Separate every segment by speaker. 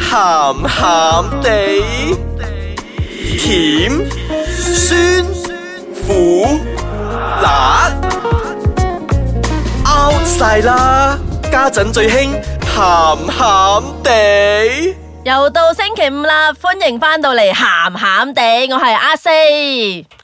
Speaker 1: 鹹鹹地，甜酸苦辣 out 晒啦！家陣最興鹹鹹地。
Speaker 2: 又到星期五啦，歡迎翻到嚟咸咸地，我係阿四。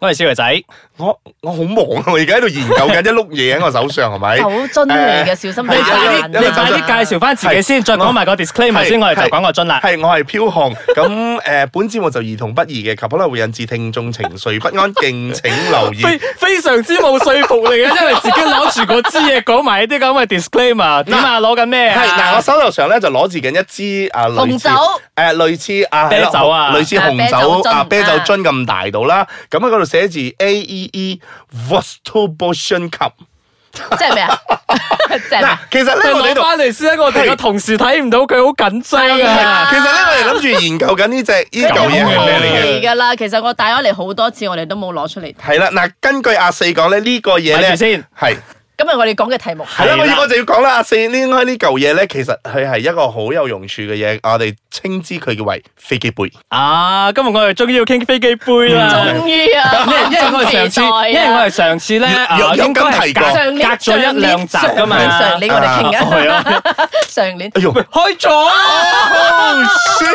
Speaker 3: 我係小肥仔，
Speaker 4: 我我好忙啊！ 我而家喺度研究緊一碌嘢喺我手上，係咪？
Speaker 2: 酒樽嚟嘅，小心
Speaker 3: 你
Speaker 2: 俾
Speaker 3: 快
Speaker 2: 人
Speaker 3: 啲，
Speaker 4: 有
Speaker 3: 你
Speaker 4: 有
Speaker 3: 快啲介紹翻自己先，再講埋個 disclaimer
Speaker 4: 係
Speaker 3: 先，我哋就講個樽啦。
Speaker 4: 係，我係飄紅。咁誒， 呃本節目就兒童不宜嘅，及可能會引致聽眾情緒不安，敬請 留意。
Speaker 3: 非非常之冇說服力嘅，因為自己攞住嗰支嘢講埋呢啲咁嘅 disclaimer，點啊攞緊咩
Speaker 4: 係嗱，
Speaker 3: 啊
Speaker 4: 我？手頭上咧就攞住緊一支啊，類似
Speaker 2: 紅酒
Speaker 4: 誒類似啊
Speaker 3: 啤酒啊
Speaker 4: 類似紅酒
Speaker 2: 啊
Speaker 4: 啊
Speaker 2: 啤
Speaker 4: 啤
Speaker 2: 酒
Speaker 4: 酒
Speaker 2: 樽
Speaker 4: 樽咁大度啦。咁喺嗰度寫住 A E E v o s t o b o s h e n Cup。
Speaker 2: 即係咩 啊？即係咩
Speaker 4: 嗱
Speaker 2: 啊？，
Speaker 4: 其實咧
Speaker 3: 我
Speaker 4: 我哋呢
Speaker 3: 攞
Speaker 4: 度。
Speaker 3: 翻嚟先，我哋嘅同事睇唔到佢好緊張
Speaker 2: 係啊
Speaker 3: 啊。
Speaker 4: 其實咧，我哋諗住研究緊呢只呢嚿嘢
Speaker 2: 好
Speaker 4: 係咩
Speaker 2: 好
Speaker 4: 嚟嘅。
Speaker 2: 奇噶啦，其實我帶咗嚟好多次，我哋都冇攞出嚟睇。
Speaker 4: 係啦，嗱，根據阿四講咧，呢個嘢
Speaker 3: 咪
Speaker 4: 咧
Speaker 3: 住先
Speaker 4: 係
Speaker 2: 今日我哋講嘅題目
Speaker 4: 係啦，
Speaker 3: 係啦
Speaker 4: 我要我就要講啦，阿四呢應該呢嚿嘢咧，其實佢係一個好有用處嘅嘢，我哋稱之佢嘅為飛機杯。
Speaker 3: 啊，今日我哋終於要傾飛機杯啦。
Speaker 2: 終於啊，
Speaker 3: 因為因為我哋上次，因為我哋上次咧，
Speaker 4: 若
Speaker 3: 啊
Speaker 4: 若有
Speaker 3: 應該
Speaker 4: 咁提
Speaker 3: 係
Speaker 4: 過
Speaker 3: 隔
Speaker 2: 上年
Speaker 3: 隔咗一兩集噶嘛。
Speaker 2: 上年我哋傾
Speaker 3: 啊 係啊
Speaker 2: 緊，上年
Speaker 4: 哎呦，
Speaker 3: 開咗啊，
Speaker 4: 哦 shit！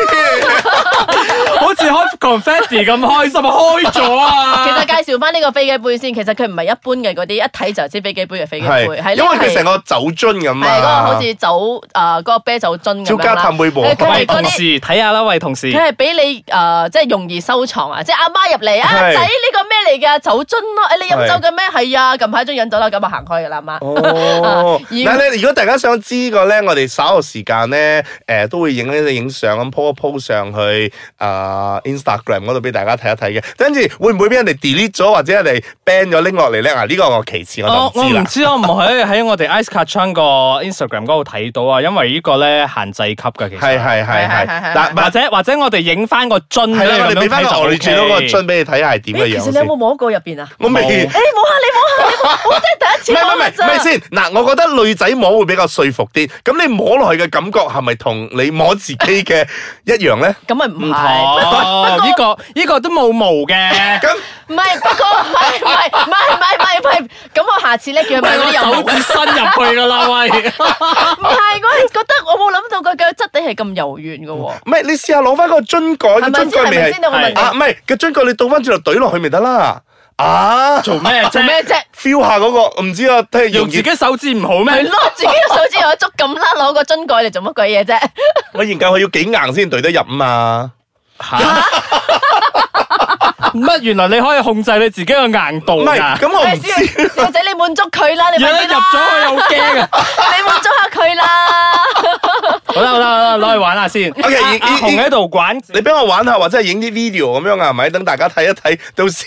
Speaker 3: 好似開 confetti 咁開心，開咗啊！
Speaker 2: 其實介紹翻呢個飛機杯先，其實佢唔係一般嘅嗰啲，一睇就知飛機杯嘅飛機杯，
Speaker 4: 係，
Speaker 2: 係
Speaker 4: 因為佢成
Speaker 2: 個
Speaker 4: 個酒樽咁
Speaker 2: 係嗰個
Speaker 4: 啊
Speaker 2: 好，似酒啊嗰個啤酒樽咁
Speaker 4: 焦
Speaker 2: 樣
Speaker 4: 加
Speaker 2: 啦
Speaker 4: 探。貝
Speaker 2: 佢
Speaker 4: 婆。
Speaker 2: 佢
Speaker 3: 喂，同事睇下啦，喂，同事
Speaker 2: 佢。係俾你誒、呃即係容易收藏啊！即係阿媽入嚟啊，
Speaker 4: 係
Speaker 2: 仔呢個咩嚟㗎？酒樽咯，誒你飲酒嘅咩？係啊，近排終於飲酒啦， 咁啊行開㗎啦，阿媽。
Speaker 4: 哦，
Speaker 2: 而
Speaker 4: 嗱咧，如果大家想知個咧，我哋稍後時間咧，誒都會影一啲影相咁 po 一 po 上去啊 Instagram 嗰度俾大家睇一睇嘅。跟住會唔會俾人哋 delete 咗或者人哋 ban 咗拎落嚟咧？啊，呢個我其次我
Speaker 3: 我
Speaker 4: 就
Speaker 3: 我
Speaker 4: 唔知
Speaker 3: 唔
Speaker 4: 啦。
Speaker 3: 知，我唔可以喺我哋 Ice c a t c h a n 個 Instagram 嗰度睇到啊，因為呢個咧限制級嘅其
Speaker 4: 係
Speaker 3: 實。
Speaker 4: 係係
Speaker 2: 係係
Speaker 4: 係，
Speaker 2: 係係
Speaker 4: 嗱，
Speaker 3: 或者或者我哋影翻個樽
Speaker 4: 係
Speaker 3: 咧
Speaker 4: 啦，我哋俾翻個我哋見到個樽。俾你睇下係點嘅
Speaker 2: 誒
Speaker 4: 樣
Speaker 2: 其實
Speaker 4: 先
Speaker 2: 你有。冇摸過入邊啊？
Speaker 4: 我未，
Speaker 3: 冇
Speaker 4: 唔
Speaker 2: 誒你摸下，你摸下，你摸下，我真係第一次
Speaker 4: 係
Speaker 2: 摸
Speaker 4: 唔
Speaker 2: 㗎
Speaker 4: 係唔係
Speaker 2: 咋。
Speaker 4: 先嗱，我覺得女仔摸會比較說服啲。咁你摸落去嘅感覺係咪同你摸自己嘅一樣咧？
Speaker 2: 咁咪唔
Speaker 3: 唔同，
Speaker 2: 係，
Speaker 3: 哦呢個呢個都冇毛嘅。
Speaker 4: 咁
Speaker 2: 唔係不過唔係唔係唔係唔係唔係唔係，咁我下次咧叫佢買
Speaker 3: 係
Speaker 2: 嗰
Speaker 3: 我
Speaker 2: 啲有毛
Speaker 3: 手
Speaker 2: 嘅。
Speaker 3: 指伸入去噶啦，喂！
Speaker 2: 唔係，我係覺得我冇諗到佢嘅質地係咁柔軟嘅喎。
Speaker 4: 唔係，你試下攞翻個樽
Speaker 2: 係
Speaker 4: 蓋，個
Speaker 2: 咪先？
Speaker 4: 樽
Speaker 2: 係
Speaker 4: 蓋
Speaker 2: 咪
Speaker 4: 咪
Speaker 2: 先？我問
Speaker 3: 係
Speaker 4: 啊，
Speaker 2: 你
Speaker 4: 唔係個樽蓋，你倒翻轉頭懟落去咪得啦。啊
Speaker 3: 做咩啫？
Speaker 2: 做咩啫？
Speaker 4: ，feel 下嗰個，唔知啊，睇下
Speaker 3: 用
Speaker 4: 容
Speaker 3: 自
Speaker 4: 易。
Speaker 3: 己手指唔好咩
Speaker 2: 佢？攞自己嘅手指有一捉咁啦，攞個樽蓋嚟做乜鬼嘢啫？
Speaker 4: 我研究佢要幾硬先懟得入啊嘛。
Speaker 3: 嚇乜？原來你可以控制你自己嘅硬
Speaker 4: 唔
Speaker 3: 度
Speaker 4: 係，
Speaker 3: 㗎。
Speaker 4: 咁我唔
Speaker 2: 喂哎小
Speaker 4: 知。
Speaker 2: 小仔，你滿足佢啦，你
Speaker 3: 如
Speaker 2: 咪啲
Speaker 3: 果入
Speaker 2: 啦，
Speaker 3: 咗去又驚啊！
Speaker 2: 你滿足下佢 啦。
Speaker 3: 好啦好啦好啦，攞去玩 下先。
Speaker 4: OK，
Speaker 3: 阿
Speaker 2: 啊
Speaker 4: 已
Speaker 3: 阿
Speaker 4: 已
Speaker 3: 紅喺度玩，
Speaker 4: 你俾我玩下，或者係影啲 video 咁樣啊，係咪？等大家睇一睇，到時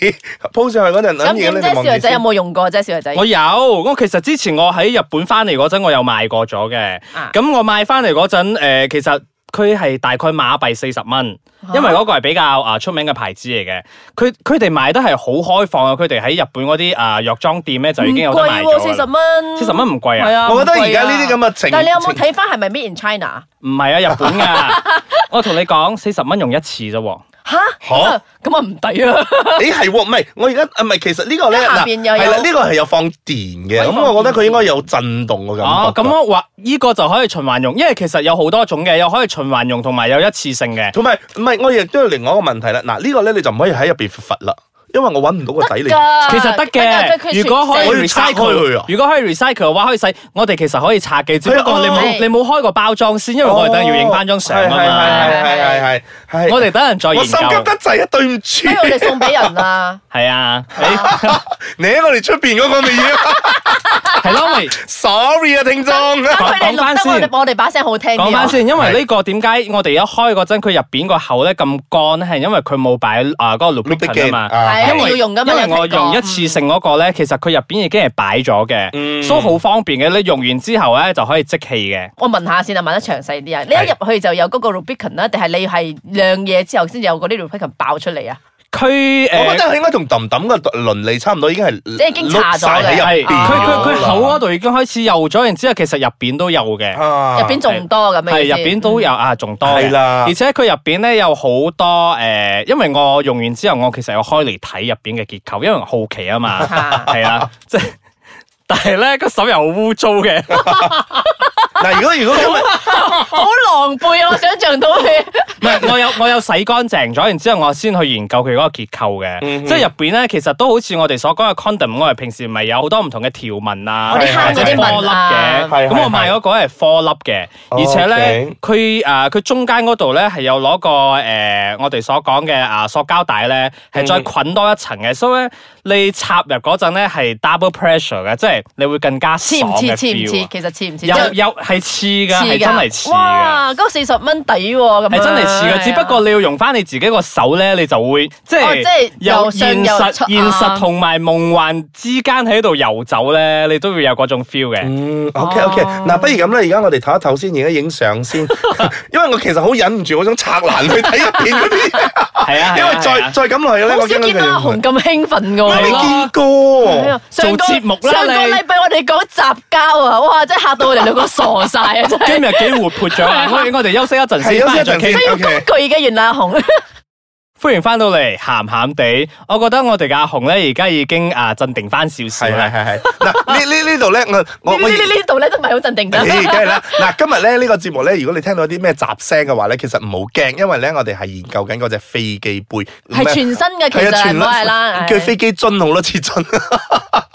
Speaker 4: po 上去嗰陣，
Speaker 2: 咁
Speaker 4: 諗
Speaker 2: 點
Speaker 4: 嘢你
Speaker 2: 啫？
Speaker 4: 就
Speaker 2: 小
Speaker 4: 望
Speaker 2: 女
Speaker 4: 住
Speaker 2: 仔有
Speaker 4: 先。
Speaker 2: 冇用過啫？小女仔，
Speaker 3: 我有，我其實之前我喺日本翻嚟嗰陣，我有買過咗嘅
Speaker 2: 啊。
Speaker 3: 咁、我買翻嚟嗰陣，誒、其實佢係大概馬幣四十蚊，因為嗰個係比較啊出名嘅牌子嚟嘅。佢佢哋賣得係好開放啊！佢哋喺日本嗰啲啊藥妝店咧就已經有
Speaker 2: 唔
Speaker 3: 得
Speaker 2: 貴
Speaker 3: 賣
Speaker 2: 喎，
Speaker 3: 咗
Speaker 2: 四十
Speaker 3: 啦。
Speaker 2: 蚊，
Speaker 3: 40蚊唔貴啊
Speaker 2: 係啊，
Speaker 4: 我覺得而家呢啲咁
Speaker 2: 啊。
Speaker 4: 嘅情，
Speaker 2: 但係你有冇
Speaker 4: 情
Speaker 2: 睇翻係咪 Made in China？
Speaker 3: 唔係啊，日本噶。 我同你講，四十蚊用一次啫喎。
Speaker 2: 吓咁啊咁啊唔抵啊！
Speaker 4: 誒係喎，唔係我而家啊，唔係其實呢個咧，
Speaker 2: 下
Speaker 4: 嗱
Speaker 2: 邊又有
Speaker 4: 係啦，呢個係有放電嘅，
Speaker 2: 可以
Speaker 4: 咁
Speaker 2: 放
Speaker 4: 我覺得
Speaker 2: 電
Speaker 4: 佢應該有震動嘅感覺。
Speaker 3: 哦，咁我話依個就可以循環用，因為其實有好多種嘅，有可以循環用同埋有一次性嘅。
Speaker 4: 同埋唔係，我亦都有另外一個問題啦。嗱，呢個咧你就唔可以喺入邊罰啦，因為我揾唔到個 底嚟。
Speaker 2: 㗎
Speaker 3: 其實
Speaker 2: 得
Speaker 3: 得
Speaker 2: 㗎佢
Speaker 3: 嘅，
Speaker 2: 佢
Speaker 3: 如果可
Speaker 2: 全
Speaker 3: 以
Speaker 4: 我要拆開
Speaker 3: recycle，
Speaker 4: 佢啊
Speaker 3: 如果可以 recycle 嘅話，可以使我哋其實可以拆嘅，只不過
Speaker 4: 係啊
Speaker 3: 你冇
Speaker 2: 係
Speaker 3: 你冇開個包裝先，因為我哋等陣要影翻張相啊嘛。
Speaker 4: 係係係係係係。
Speaker 3: 我哋等陣再
Speaker 4: 我
Speaker 3: 研
Speaker 4: 心急
Speaker 3: 究。
Speaker 4: 得滯啊，對唔住
Speaker 2: 不如。我哋送俾人 啦。
Speaker 3: 係 啊，誒
Speaker 4: 你喺我哋出邊嗰 個未要
Speaker 3: 係咯，喂，
Speaker 4: ，sorry 啊，聽眾。
Speaker 2: 等佢哋錄得我哋我哋把聲好聽啲啊。
Speaker 3: 講翻先，因為呢個點解我哋一開嗰陣佢入邊個口咧咁乾，係因為佢冇擺啊嗰個 lubricant 啊嘛。
Speaker 2: 係啊
Speaker 3: 因為
Speaker 2: 要用㗎嘛
Speaker 3: 因為我
Speaker 2: 有提過
Speaker 3: 用一次性嗰個咧，其實佢入邊已經係擺咗
Speaker 4: 嗯
Speaker 3: 嘅，所以好方便嘅。你用完之後咧就可以即棄嘅。
Speaker 2: 我問下先啊，問得詳細啲啊！你一入去就有嗰個 Rubicon 啦，定係你係兩嘢之後先有嗰啲 Rubicon 爆出嚟啊？
Speaker 3: 佢誒。
Speaker 4: 我覺得佢應該同揼揼嘅倫理差唔多，已經係
Speaker 2: 即係已經搽咗
Speaker 4: 晒喺
Speaker 2: 嘅
Speaker 4: 入邊
Speaker 3: 係
Speaker 4: 㗎
Speaker 3: 佢佢佢
Speaker 4: 啦。
Speaker 3: 口嗰度已經開始幼咗，然之後其實入邊都有嘅。
Speaker 4: 啊嗯
Speaker 2: 入邊仲多咁樣
Speaker 3: 係
Speaker 2: 意思。
Speaker 3: 入邊都有啊，仲多嘅
Speaker 4: 係啦
Speaker 3: 而且佢入邊咧有好多誒，因為我用完之後，我其實有開嚟睇入邊嘅結構，因為我好奇啊嘛，
Speaker 2: 嚇
Speaker 3: 係啦，即係，但係咧個手又好污糟嘅，
Speaker 4: 嗱，如果如果 今日
Speaker 2: 好狼狽啊！我想象到佢
Speaker 3: 唔係我有 我有洗乾淨咗，然之後我先去研究佢嗰個結構嘅，
Speaker 4: 嗯哼
Speaker 3: 即係入邊咧其實都好似我哋所講嘅 condom，我哋平時咪有好多唔同嘅條紋啊，
Speaker 2: 我
Speaker 4: 哋慳
Speaker 3: 或者
Speaker 4: 嗰啲
Speaker 3: 顆
Speaker 2: 紋
Speaker 3: 粒
Speaker 2: 啊
Speaker 3: 嘅，
Speaker 4: 係
Speaker 3: 咁
Speaker 4: 係
Speaker 3: 我買
Speaker 4: 係
Speaker 3: 嗰個係顆粒嘅，而且咧
Speaker 4: OK
Speaker 3: 佢誒佢中間嗰度咧係有攞個誒我哋所講嘅啊塑膠帶咧係再
Speaker 4: 嗯
Speaker 3: 捆多一層嘅，所以咧你插入嗰陣咧係 double pressure 嘅，即係你會更 加
Speaker 2: 似
Speaker 3: 爽
Speaker 2: 唔
Speaker 3: 嘅
Speaker 2: 似？似唔
Speaker 3: feel
Speaker 2: 似
Speaker 3: 啊。？
Speaker 2: 其實似唔似？
Speaker 3: 有
Speaker 2: 即係
Speaker 3: 有係刺㗎，係
Speaker 2: 㗎
Speaker 3: 真係刺㗎。
Speaker 2: 哇！嗰四十蚊抵喎，
Speaker 4: 啊
Speaker 2: 咁
Speaker 3: 係真係似
Speaker 2: 樣
Speaker 3: 嘅，只不過你要用翻你自己個手咧，你就會即
Speaker 2: 哦即係
Speaker 3: 係
Speaker 2: 由上
Speaker 3: 由現
Speaker 2: 由
Speaker 3: 實
Speaker 2: 出
Speaker 3: 現
Speaker 2: 啊
Speaker 3: 實同埋夢幻之間喺度遊走咧，你都會有嗰種 feel 嘅。
Speaker 4: 嗯，OK
Speaker 2: 哦
Speaker 4: OK，嗱，不如咁啦，而家我哋唞一唞先，而家影 相先，因為我其實好忍唔住，我想拆爛去睇入邊 嗰啲嘢，
Speaker 3: 係啊，係啊
Speaker 4: 因為
Speaker 3: 係啊
Speaker 4: 再再咁落去咧，
Speaker 2: 好
Speaker 4: 我
Speaker 2: 少
Speaker 4: 驚到
Speaker 2: 見啊到阿
Speaker 4: 佢
Speaker 2: 紅咁興奮㗎
Speaker 4: 未
Speaker 2: 喎。
Speaker 4: 見
Speaker 2: 啊
Speaker 4: 過，
Speaker 3: 做節目啦
Speaker 2: 上個
Speaker 3: 你
Speaker 2: 禮拜我哋講雜交啊，哇！真係嚇到我哋兩個傻晒啊！真係。
Speaker 3: 今日幾活潑 咗啊！我哋我哋休息一陣先，
Speaker 4: 係啊休息
Speaker 3: 翻
Speaker 4: 一
Speaker 3: 嚟再
Speaker 4: 陣
Speaker 3: 傾
Speaker 4: 先。
Speaker 2: 需要
Speaker 4: OK
Speaker 2: 工具嘅原來阿紅，
Speaker 3: 歡迎翻到嚟，鹹鹹地，我覺得我哋嘅阿紅咧，而家已經啊鎮定翻少少
Speaker 4: 係係
Speaker 3: 啦。
Speaker 4: 係係，嗱呢呢呢度咧，我我
Speaker 2: 呢呢
Speaker 4: 我。
Speaker 2: 呢度咧都唔係好鎮 定
Speaker 4: 咦，
Speaker 2: 㗎。
Speaker 4: 梗係啦！嗱，今日咧呢個節目咧，如果你聽到啲咩雜聲嘅話咧，其實唔好驚，因為咧我哋係研究緊嗰只飛機杯，
Speaker 2: 係全新嘅，其
Speaker 4: 係
Speaker 2: 實
Speaker 4: 啊全
Speaker 2: 唔好係啦。
Speaker 4: 叫
Speaker 2: 係
Speaker 4: 飛機樽好多次樽，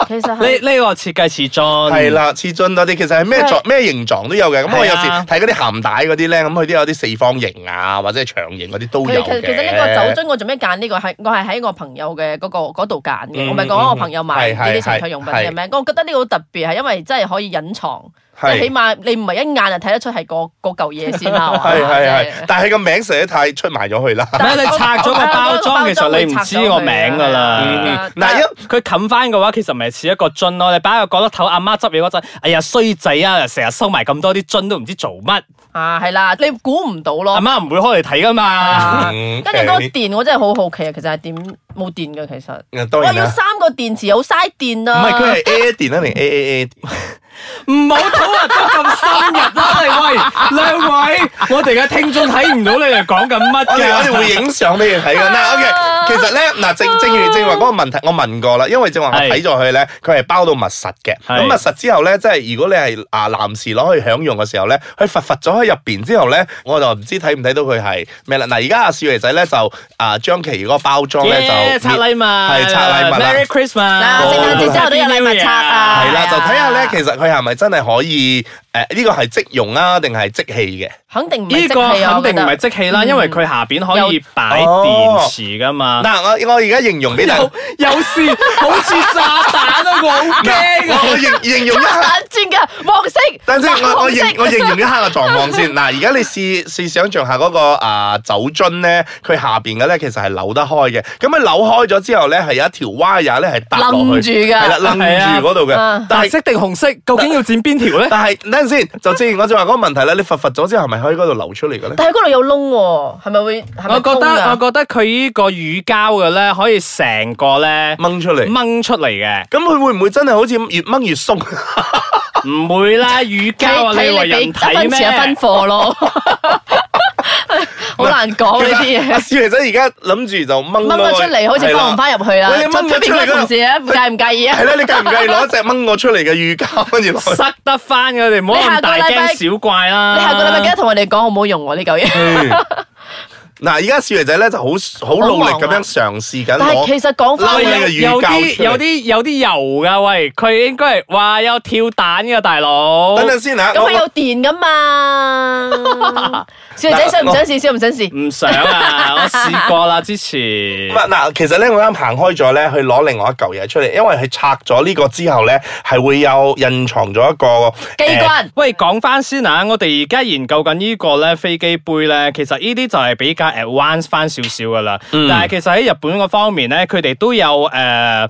Speaker 2: 其實
Speaker 3: 呢
Speaker 2: 係
Speaker 3: 呢個設計似裝
Speaker 4: 係，啦，次樽啊多啲。其實係咩狀咩形狀都有嘅。咁我
Speaker 3: 係
Speaker 4: 有時
Speaker 3: 啊
Speaker 4: 睇嗰啲鹹帶嗰啲咧，咁佢都有啲四方形啊，或者係長形嗰啲都
Speaker 2: 佢
Speaker 4: 有
Speaker 2: 其實
Speaker 4: 嘅。
Speaker 2: 其實呢個酒樽我做咩揀呢個係我係喺我朋友嘅嗰個嗰度揀嘅，
Speaker 4: 嗯
Speaker 2: 我咪講我朋友買呢啲情趣用品嘅
Speaker 4: 係
Speaker 2: 咩？我覺得呢個好特別係因為真係可以隱藏，即係起
Speaker 4: 係
Speaker 2: 碼你唔係一眼就睇得出係嗰嗰嚿嘢先 啦。
Speaker 4: 係係
Speaker 2: 即
Speaker 4: 係，但係個名寫得太出埋咗去啦。
Speaker 3: 唔係你拆咗個包裝，其實你唔知個名噶啦。
Speaker 2: 啊嗯
Speaker 4: 嗯
Speaker 2: 但
Speaker 4: 嗱，
Speaker 2: 係
Speaker 4: 因
Speaker 3: 佢冚翻嘅話，其實咪似一個樽咯。你擺喺個角落頭，阿媽執嘢嗰陣，哎呀衰仔啊，成日收埋咁多啲樽都唔知做乜，
Speaker 2: 啊，係啦，你估唔到
Speaker 3: 阿
Speaker 2: 咯。
Speaker 3: 媽唔會開嚟睇 噶嘛。
Speaker 2: 啊
Speaker 4: 嗯
Speaker 2: 跟住嗰個電，我真係好好奇啊！其實係點冇電嘅，其實
Speaker 4: 嗯當
Speaker 2: 我
Speaker 4: 然
Speaker 2: 要
Speaker 4: 啦，
Speaker 2: 三個電池，好嘥電
Speaker 4: 唔
Speaker 2: 啊！
Speaker 4: 係佢係 A 電啦，定 A A A
Speaker 3: 唔好討論得咁深入啦，你喂兩位，我哋嘅聽眾睇唔到你哋講緊乜
Speaker 4: 我哋我哋
Speaker 3: 嘅。
Speaker 4: 會影相俾你 睇嘅。嗱，OK，其
Speaker 3: 啊
Speaker 4: 實咧，嗱，正正如正話嗰個問題，我問過啦，因為正話我睇咗佢咧，佢係包到密實嘅。
Speaker 3: 係
Speaker 4: 咁密實之後咧，即係如果你係啊男士攞去享用嘅時候咧，佢佛佛咗喺入邊之後咧，我就唔知睇唔睇到佢係咩啦。嗱，而家阿少爺仔咧就啊將其嗰個包裝咧就
Speaker 3: 耶，拆禮物，
Speaker 4: 係拆禮物啦哦
Speaker 3: Merry Christmas，
Speaker 2: 嗱聖誕節之後都有禮物拆啊
Speaker 4: 係啦，
Speaker 2: 係啊
Speaker 4: 就睇下咧，其實佢係咪真係可以誒呢個係即用啊，定係即棄嘅？
Speaker 2: 肯定唔係
Speaker 3: 呢
Speaker 2: 即
Speaker 3: 個
Speaker 2: 棄啊！
Speaker 3: 肯定唔
Speaker 2: 我
Speaker 3: 係
Speaker 2: 覺得
Speaker 3: 即棄啦，因為佢下邊可以擺
Speaker 4: 哦
Speaker 3: 電池噶嘛。
Speaker 4: 嗱，我我而家形容俾大家，
Speaker 3: 啊有有事，好似炸彈啊！我好驚啊！
Speaker 4: 我形形容一下。
Speaker 2: 眼轉嘅黃色，
Speaker 4: 等先，我我
Speaker 2: 紅色
Speaker 4: 形我形容一下個狀況 先。嗱，而家你試試想像下嗰、個啊、酒樽咧，佢下邊嘅咧其實係扭得開嘅。咁啊佢扭開咗之後咧，係有一條 wire 咧係搭落
Speaker 2: 楞住
Speaker 4: 去，
Speaker 2: 㗎
Speaker 4: 係啦，楞住嗰度
Speaker 2: 係啊
Speaker 4: 嘅。但
Speaker 3: 白
Speaker 4: 係
Speaker 3: 色定紅色，究竟要剪邊條咧？
Speaker 4: 但係等陣先，就正如我正話嗰個問題咧，你佛佛咗之後，係咪可以嗰度流出嚟嘅咧？
Speaker 2: 但係嗰度有窿喎，係咪會？係咪啊
Speaker 3: 我覺
Speaker 2: 通㗎
Speaker 3: 得我覺得佢呢個乳膠嘅咧，可以成個咧
Speaker 2: 嗯
Speaker 4: 掹出嚟，
Speaker 3: 掹出嚟嘅，
Speaker 4: 咁佢會唔會真係好似越掹越鬆？
Speaker 3: 唔會啦，乳膠啊，你以為人
Speaker 2: 一
Speaker 3: 體
Speaker 2: 分錢一分
Speaker 3: 咩？
Speaker 2: 貨 咯，好難講呢啲嘢。
Speaker 4: 阿少爺仔而家諗住就掹
Speaker 2: 掹咗
Speaker 4: 咗
Speaker 2: 出嚟，好似放唔。翻入去啦。
Speaker 4: 喂你掹咗
Speaker 2: 出邊
Speaker 4: 出嚟
Speaker 2: 嗰個同事咧，介唔介意啊
Speaker 4: 係？啦，你介唔介意攞一隻掹我出嚟嘅乳膠跟住落去？
Speaker 3: 塞得翻嘅，你唔好咁大
Speaker 2: 你下個禮拜
Speaker 3: 驚小怪啦。
Speaker 2: 你下個禮拜記得同我哋講好唔好用喎呢 嚿嘢。
Speaker 4: 嗯嗱，而家少爺仔咧就好好努力咁樣嘗試緊
Speaker 2: 啊但係
Speaker 4: 攞，
Speaker 2: 其實講翻
Speaker 4: 嬲
Speaker 2: 咧，
Speaker 4: 你
Speaker 3: 喂有有啲有啲有啲油噶，喂，佢應該係哇有跳蛋嘅大佬。
Speaker 4: 等陣先嚇，
Speaker 2: 咁
Speaker 4: 我
Speaker 2: 佢有電噶 嘛？小仔想唔想試？想唔想試？
Speaker 3: 唔想啊！我試過啦，之前
Speaker 4: 唔係啊嗱，其實咧我啱行開咗咧，去攞另外一嚿嘢出嚟，因為佢拆咗呢個之後咧，係會有印藏咗一個
Speaker 2: 機
Speaker 4: 誒
Speaker 2: 關
Speaker 3: 喂，講翻先啊！我哋而家研究緊呢個咧飛機杯咧，其實呢啲就係比較 advanced 翻少少噶啦。但係其實喺日本嗰方面咧，佢哋都有誒。呃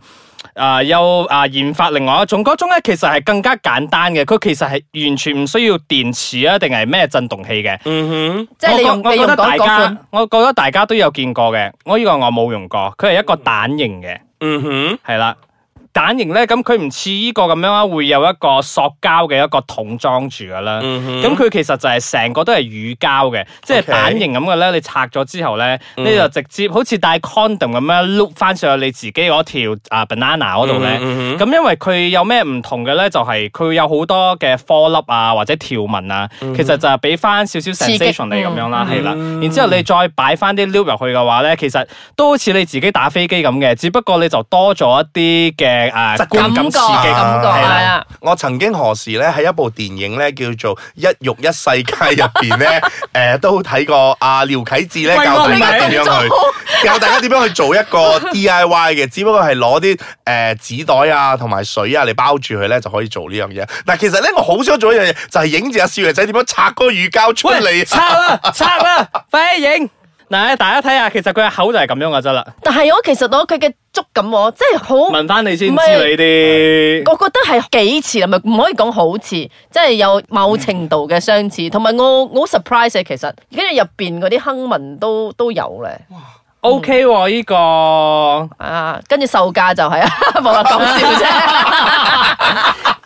Speaker 3: 啊又啊研發另外一種，嗰種咧其實係更加簡單嘅，佢其實係完全唔需要電池啊，定係咩震動器嘅。
Speaker 4: 嗯
Speaker 2: 即係你用
Speaker 3: 我覺
Speaker 2: 你
Speaker 3: 我覺
Speaker 2: 用
Speaker 3: 得
Speaker 2: 講
Speaker 3: 大
Speaker 2: 嗰
Speaker 3: 家
Speaker 2: 款，
Speaker 3: 我覺得大家都有見過嘅。我呢個我冇用過，佢係一個蛋形嘅，
Speaker 4: 哼，嗯哼，
Speaker 3: 係啦。蛋形咧，咁佢唔似呢個咁樣啦，會有一個塑膠嘅一個桶裝住噶啦。
Speaker 4: 嗯哼，
Speaker 3: 咁佢、其實就係成個都係乳膠嘅，即
Speaker 4: OK 嗯
Speaker 3: 係蛋形咁嘅咧。你拆咗之後咧，你就直接好似戴 condom 咁樣碌翻上去你自己嗰條啊 banana 嗰度咧。
Speaker 4: 嗯
Speaker 3: 咁因為佢有咩唔同嘅咧，就係、佢有好多嘅顆粒啊，或者條紋啊，其實就係俾翻少少
Speaker 2: 刺激
Speaker 3: sensation 你咁樣啦，
Speaker 4: 嗯
Speaker 3: 係啦。然之後你再擺翻啲 loop 入去嘅話咧，其實都好似你自己打飛機咁嘅，只不過你就多咗一啲嘅誒
Speaker 2: 感
Speaker 3: 觀感
Speaker 2: 覺
Speaker 3: 刺激。
Speaker 2: 感覺
Speaker 3: 係
Speaker 2: 係
Speaker 3: 啦
Speaker 2: 啊。
Speaker 4: 我曾經何時咧喺一部電影咧叫做《一玉一世界》入邊咧， 誒都睇過阿廖啟智咧
Speaker 3: 喂
Speaker 4: 教
Speaker 3: 我
Speaker 4: 大家點樣去
Speaker 2: 明白
Speaker 4: 教大家點樣去做一個 D I Y 嘅，只不過係攞啲誒紙袋啊同埋水啊嚟包住佢咧就可以做呢樣嘢。但其實咧我好想做一樣嘢，就係影住阿少爺仔點樣拆嗰個乳膠出
Speaker 2: 啊
Speaker 3: 喂，
Speaker 4: 嚟。啊
Speaker 3: 拆啦，拆啦， 快啲影！嗱，大家睇下，其實佢嘅口就係咁樣噶啫啦。
Speaker 2: 但係我其實我佢嘅觸感我真係好，我
Speaker 3: 問翻你先知
Speaker 2: 唔係
Speaker 3: 你啲。
Speaker 2: 覺得係幾似啦，咪唔可以講好似，即係有某程度嘅相似。同埋我我好 surprise 嘅，其實跟住入邊嗰啲坑紋都都有咧。
Speaker 3: O K 喎，呢個
Speaker 2: 啊，跟住售價就係、啊， 冇話講笑啫。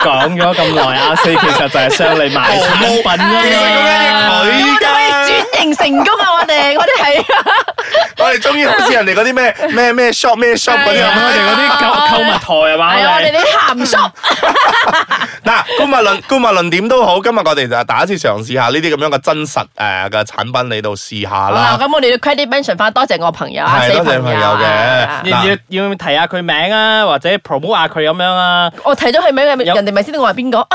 Speaker 3: 講咗咁耐， 阿四其實就係想你賣產品
Speaker 4: 其實咁樣
Speaker 3: 啊嘛
Speaker 4: 係。
Speaker 2: 我哋可以轉型成功啊！我哋我 哋係
Speaker 4: 我哋終於好似人哋嗰啲咩咩咩 shop 咩 shop 嗰啲
Speaker 2: 係
Speaker 4: 咁
Speaker 2: 啊
Speaker 3: 我哋嗰啲購購物台係嘛？
Speaker 2: 係啊，我哋
Speaker 3: 哋
Speaker 2: 啲鹹濕
Speaker 4: 嗱，姑勿論 姑勿論點都好，今日我哋就打一次嘗試下呢啲咁樣嘅真實誒嘅產品嚟度試下
Speaker 2: 嗱，
Speaker 4: 啦。
Speaker 2: 啊咁我哋要 credit mention 翻，多謝我朋友啊，
Speaker 4: 係
Speaker 2: 死
Speaker 4: 多謝朋友嘅
Speaker 2: 啊
Speaker 3: 要要要唔要提下佢名啊，或者 promote 下佢咁樣啊？
Speaker 2: 我睇咗佢名，
Speaker 3: 有
Speaker 2: 人哋咪知道我係邊個。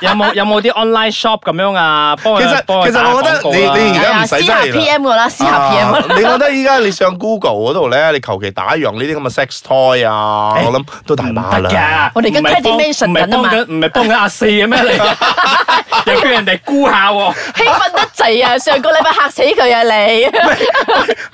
Speaker 3: 有冇有冇啲 online shop 咁樣啊？幫佢
Speaker 4: 其實
Speaker 3: 幫佢
Speaker 4: 其實我覺得
Speaker 3: 打廣告啊啦
Speaker 4: 你你而家唔使
Speaker 2: 私下
Speaker 4: 真係啦
Speaker 2: PM 我啦，私下 PM 我
Speaker 4: 啊
Speaker 2: 啦。
Speaker 4: 你覺得依家你上 Google 嗰度咧，你求其打一樣呢啲咁嘅 sex toy 啊，
Speaker 3: 誒
Speaker 4: 我諗都大把
Speaker 3: 唔得
Speaker 4: 啦。
Speaker 3: 㗎，
Speaker 2: 我哋而家
Speaker 3: 唔係
Speaker 2: credit
Speaker 3: 幫
Speaker 2: mention
Speaker 3: 唔係
Speaker 2: 緊啊嘛
Speaker 3: 幫緊唔係幫緊阿四 嘅咩？你又叫人哋估下喎，
Speaker 2: 興奮得滯啊！上個禮拜嚇死佢啊！你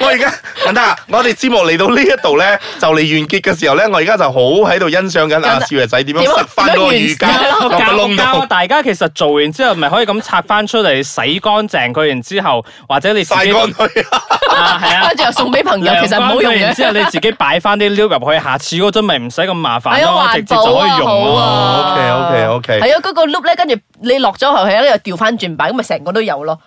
Speaker 4: 我而家等等下，我哋節目嚟到呢一度咧，就嚟完結嘅時候咧，我而家就好喺度欣賞緊
Speaker 2: 簡
Speaker 4: 阿
Speaker 2: 單
Speaker 4: 少爺仔點
Speaker 2: 點
Speaker 4: 樣
Speaker 2: 樣
Speaker 4: 塞翻嗰個魚
Speaker 2: 點樣
Speaker 4: 膠
Speaker 3: 我
Speaker 4: 落個
Speaker 3: 教
Speaker 4: 窿
Speaker 3: 教
Speaker 4: 度
Speaker 3: 啊。大家其實做完之後，咪可以咁拆翻出嚟洗乾淨佢，然之後或者你自
Speaker 4: 晒
Speaker 3: 己
Speaker 4: 乾 佢啊！
Speaker 3: 啊，係 啊
Speaker 2: 跟。住又送俾朋 友，其實唔好用
Speaker 3: 晾乾佢然之
Speaker 2: 嘅。
Speaker 3: 後你自己擺翻啲料入去，下次嗰樽咪唔使咁麻煩
Speaker 2: 係
Speaker 3: 咯，
Speaker 2: 啊，
Speaker 3: 直
Speaker 2: 環
Speaker 3: 接
Speaker 2: 保
Speaker 3: 就可以
Speaker 2: 啊，
Speaker 3: 用
Speaker 2: 好
Speaker 3: 咯。
Speaker 2: 啊。
Speaker 4: OK，OK，OK
Speaker 2: 係啊，嗰個 loop 咧，跟住你落咗後，佢咧又調翻轉擺，咁咪成個都有咯。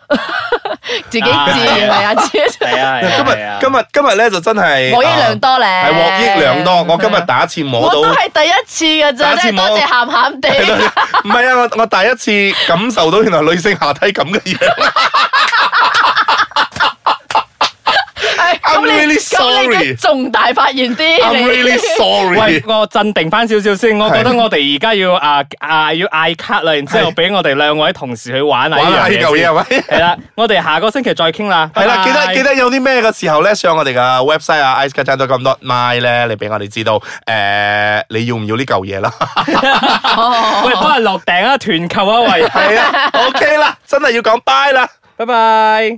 Speaker 2: 自己自
Speaker 3: 啊
Speaker 2: 然係啊，自己
Speaker 3: 係啊，
Speaker 4: 今
Speaker 3: 係
Speaker 4: 日
Speaker 3: 啊
Speaker 4: 今日今日咧就真係
Speaker 2: 我益良多咧，啊
Speaker 4: 係獲益良多。我今日第一次摸
Speaker 2: 我
Speaker 4: 到
Speaker 2: 都。係第一次嘅咋，
Speaker 4: 第
Speaker 2: 真
Speaker 4: 一次
Speaker 2: 係多
Speaker 4: 摸
Speaker 2: 謝鹹鹹
Speaker 4: 係
Speaker 2: 地。
Speaker 4: 咯唔係啊！我我第一次感受到原來女性下體咁嘅 樣，
Speaker 2: 係
Speaker 4: I'm
Speaker 2: 咁你
Speaker 4: really
Speaker 2: 咁你
Speaker 4: sorry
Speaker 2: 嘅重大發現啲，
Speaker 4: I'm
Speaker 2: 你
Speaker 4: really sorry。
Speaker 3: 喂，我鎮定翻少少先，我覺得
Speaker 4: 係
Speaker 3: 我哋而家要啊啊要嗌 cut 啦，然之後俾我哋兩位同事去玩下
Speaker 4: 玩下
Speaker 3: 呢
Speaker 4: 呢
Speaker 3: 樣
Speaker 4: 嚿嘢係
Speaker 3: 嘢
Speaker 4: 咪？
Speaker 3: 先。係啦，我哋下個星期再傾啦。
Speaker 4: 係啦，
Speaker 3: 拜
Speaker 4: 記
Speaker 3: 拜
Speaker 4: 得記得有啲咩嘅時候咧，上我哋嘅 website 啊 i c e k a c h a n c o m my 咧，你俾我哋知道，誒、你要唔要呢嚿嘢 啦？
Speaker 3: 喂，幫人落訂啊，團購啊，喂，
Speaker 4: 係啊，OK 啦，真係要講 bye 啦。
Speaker 3: 拜拜。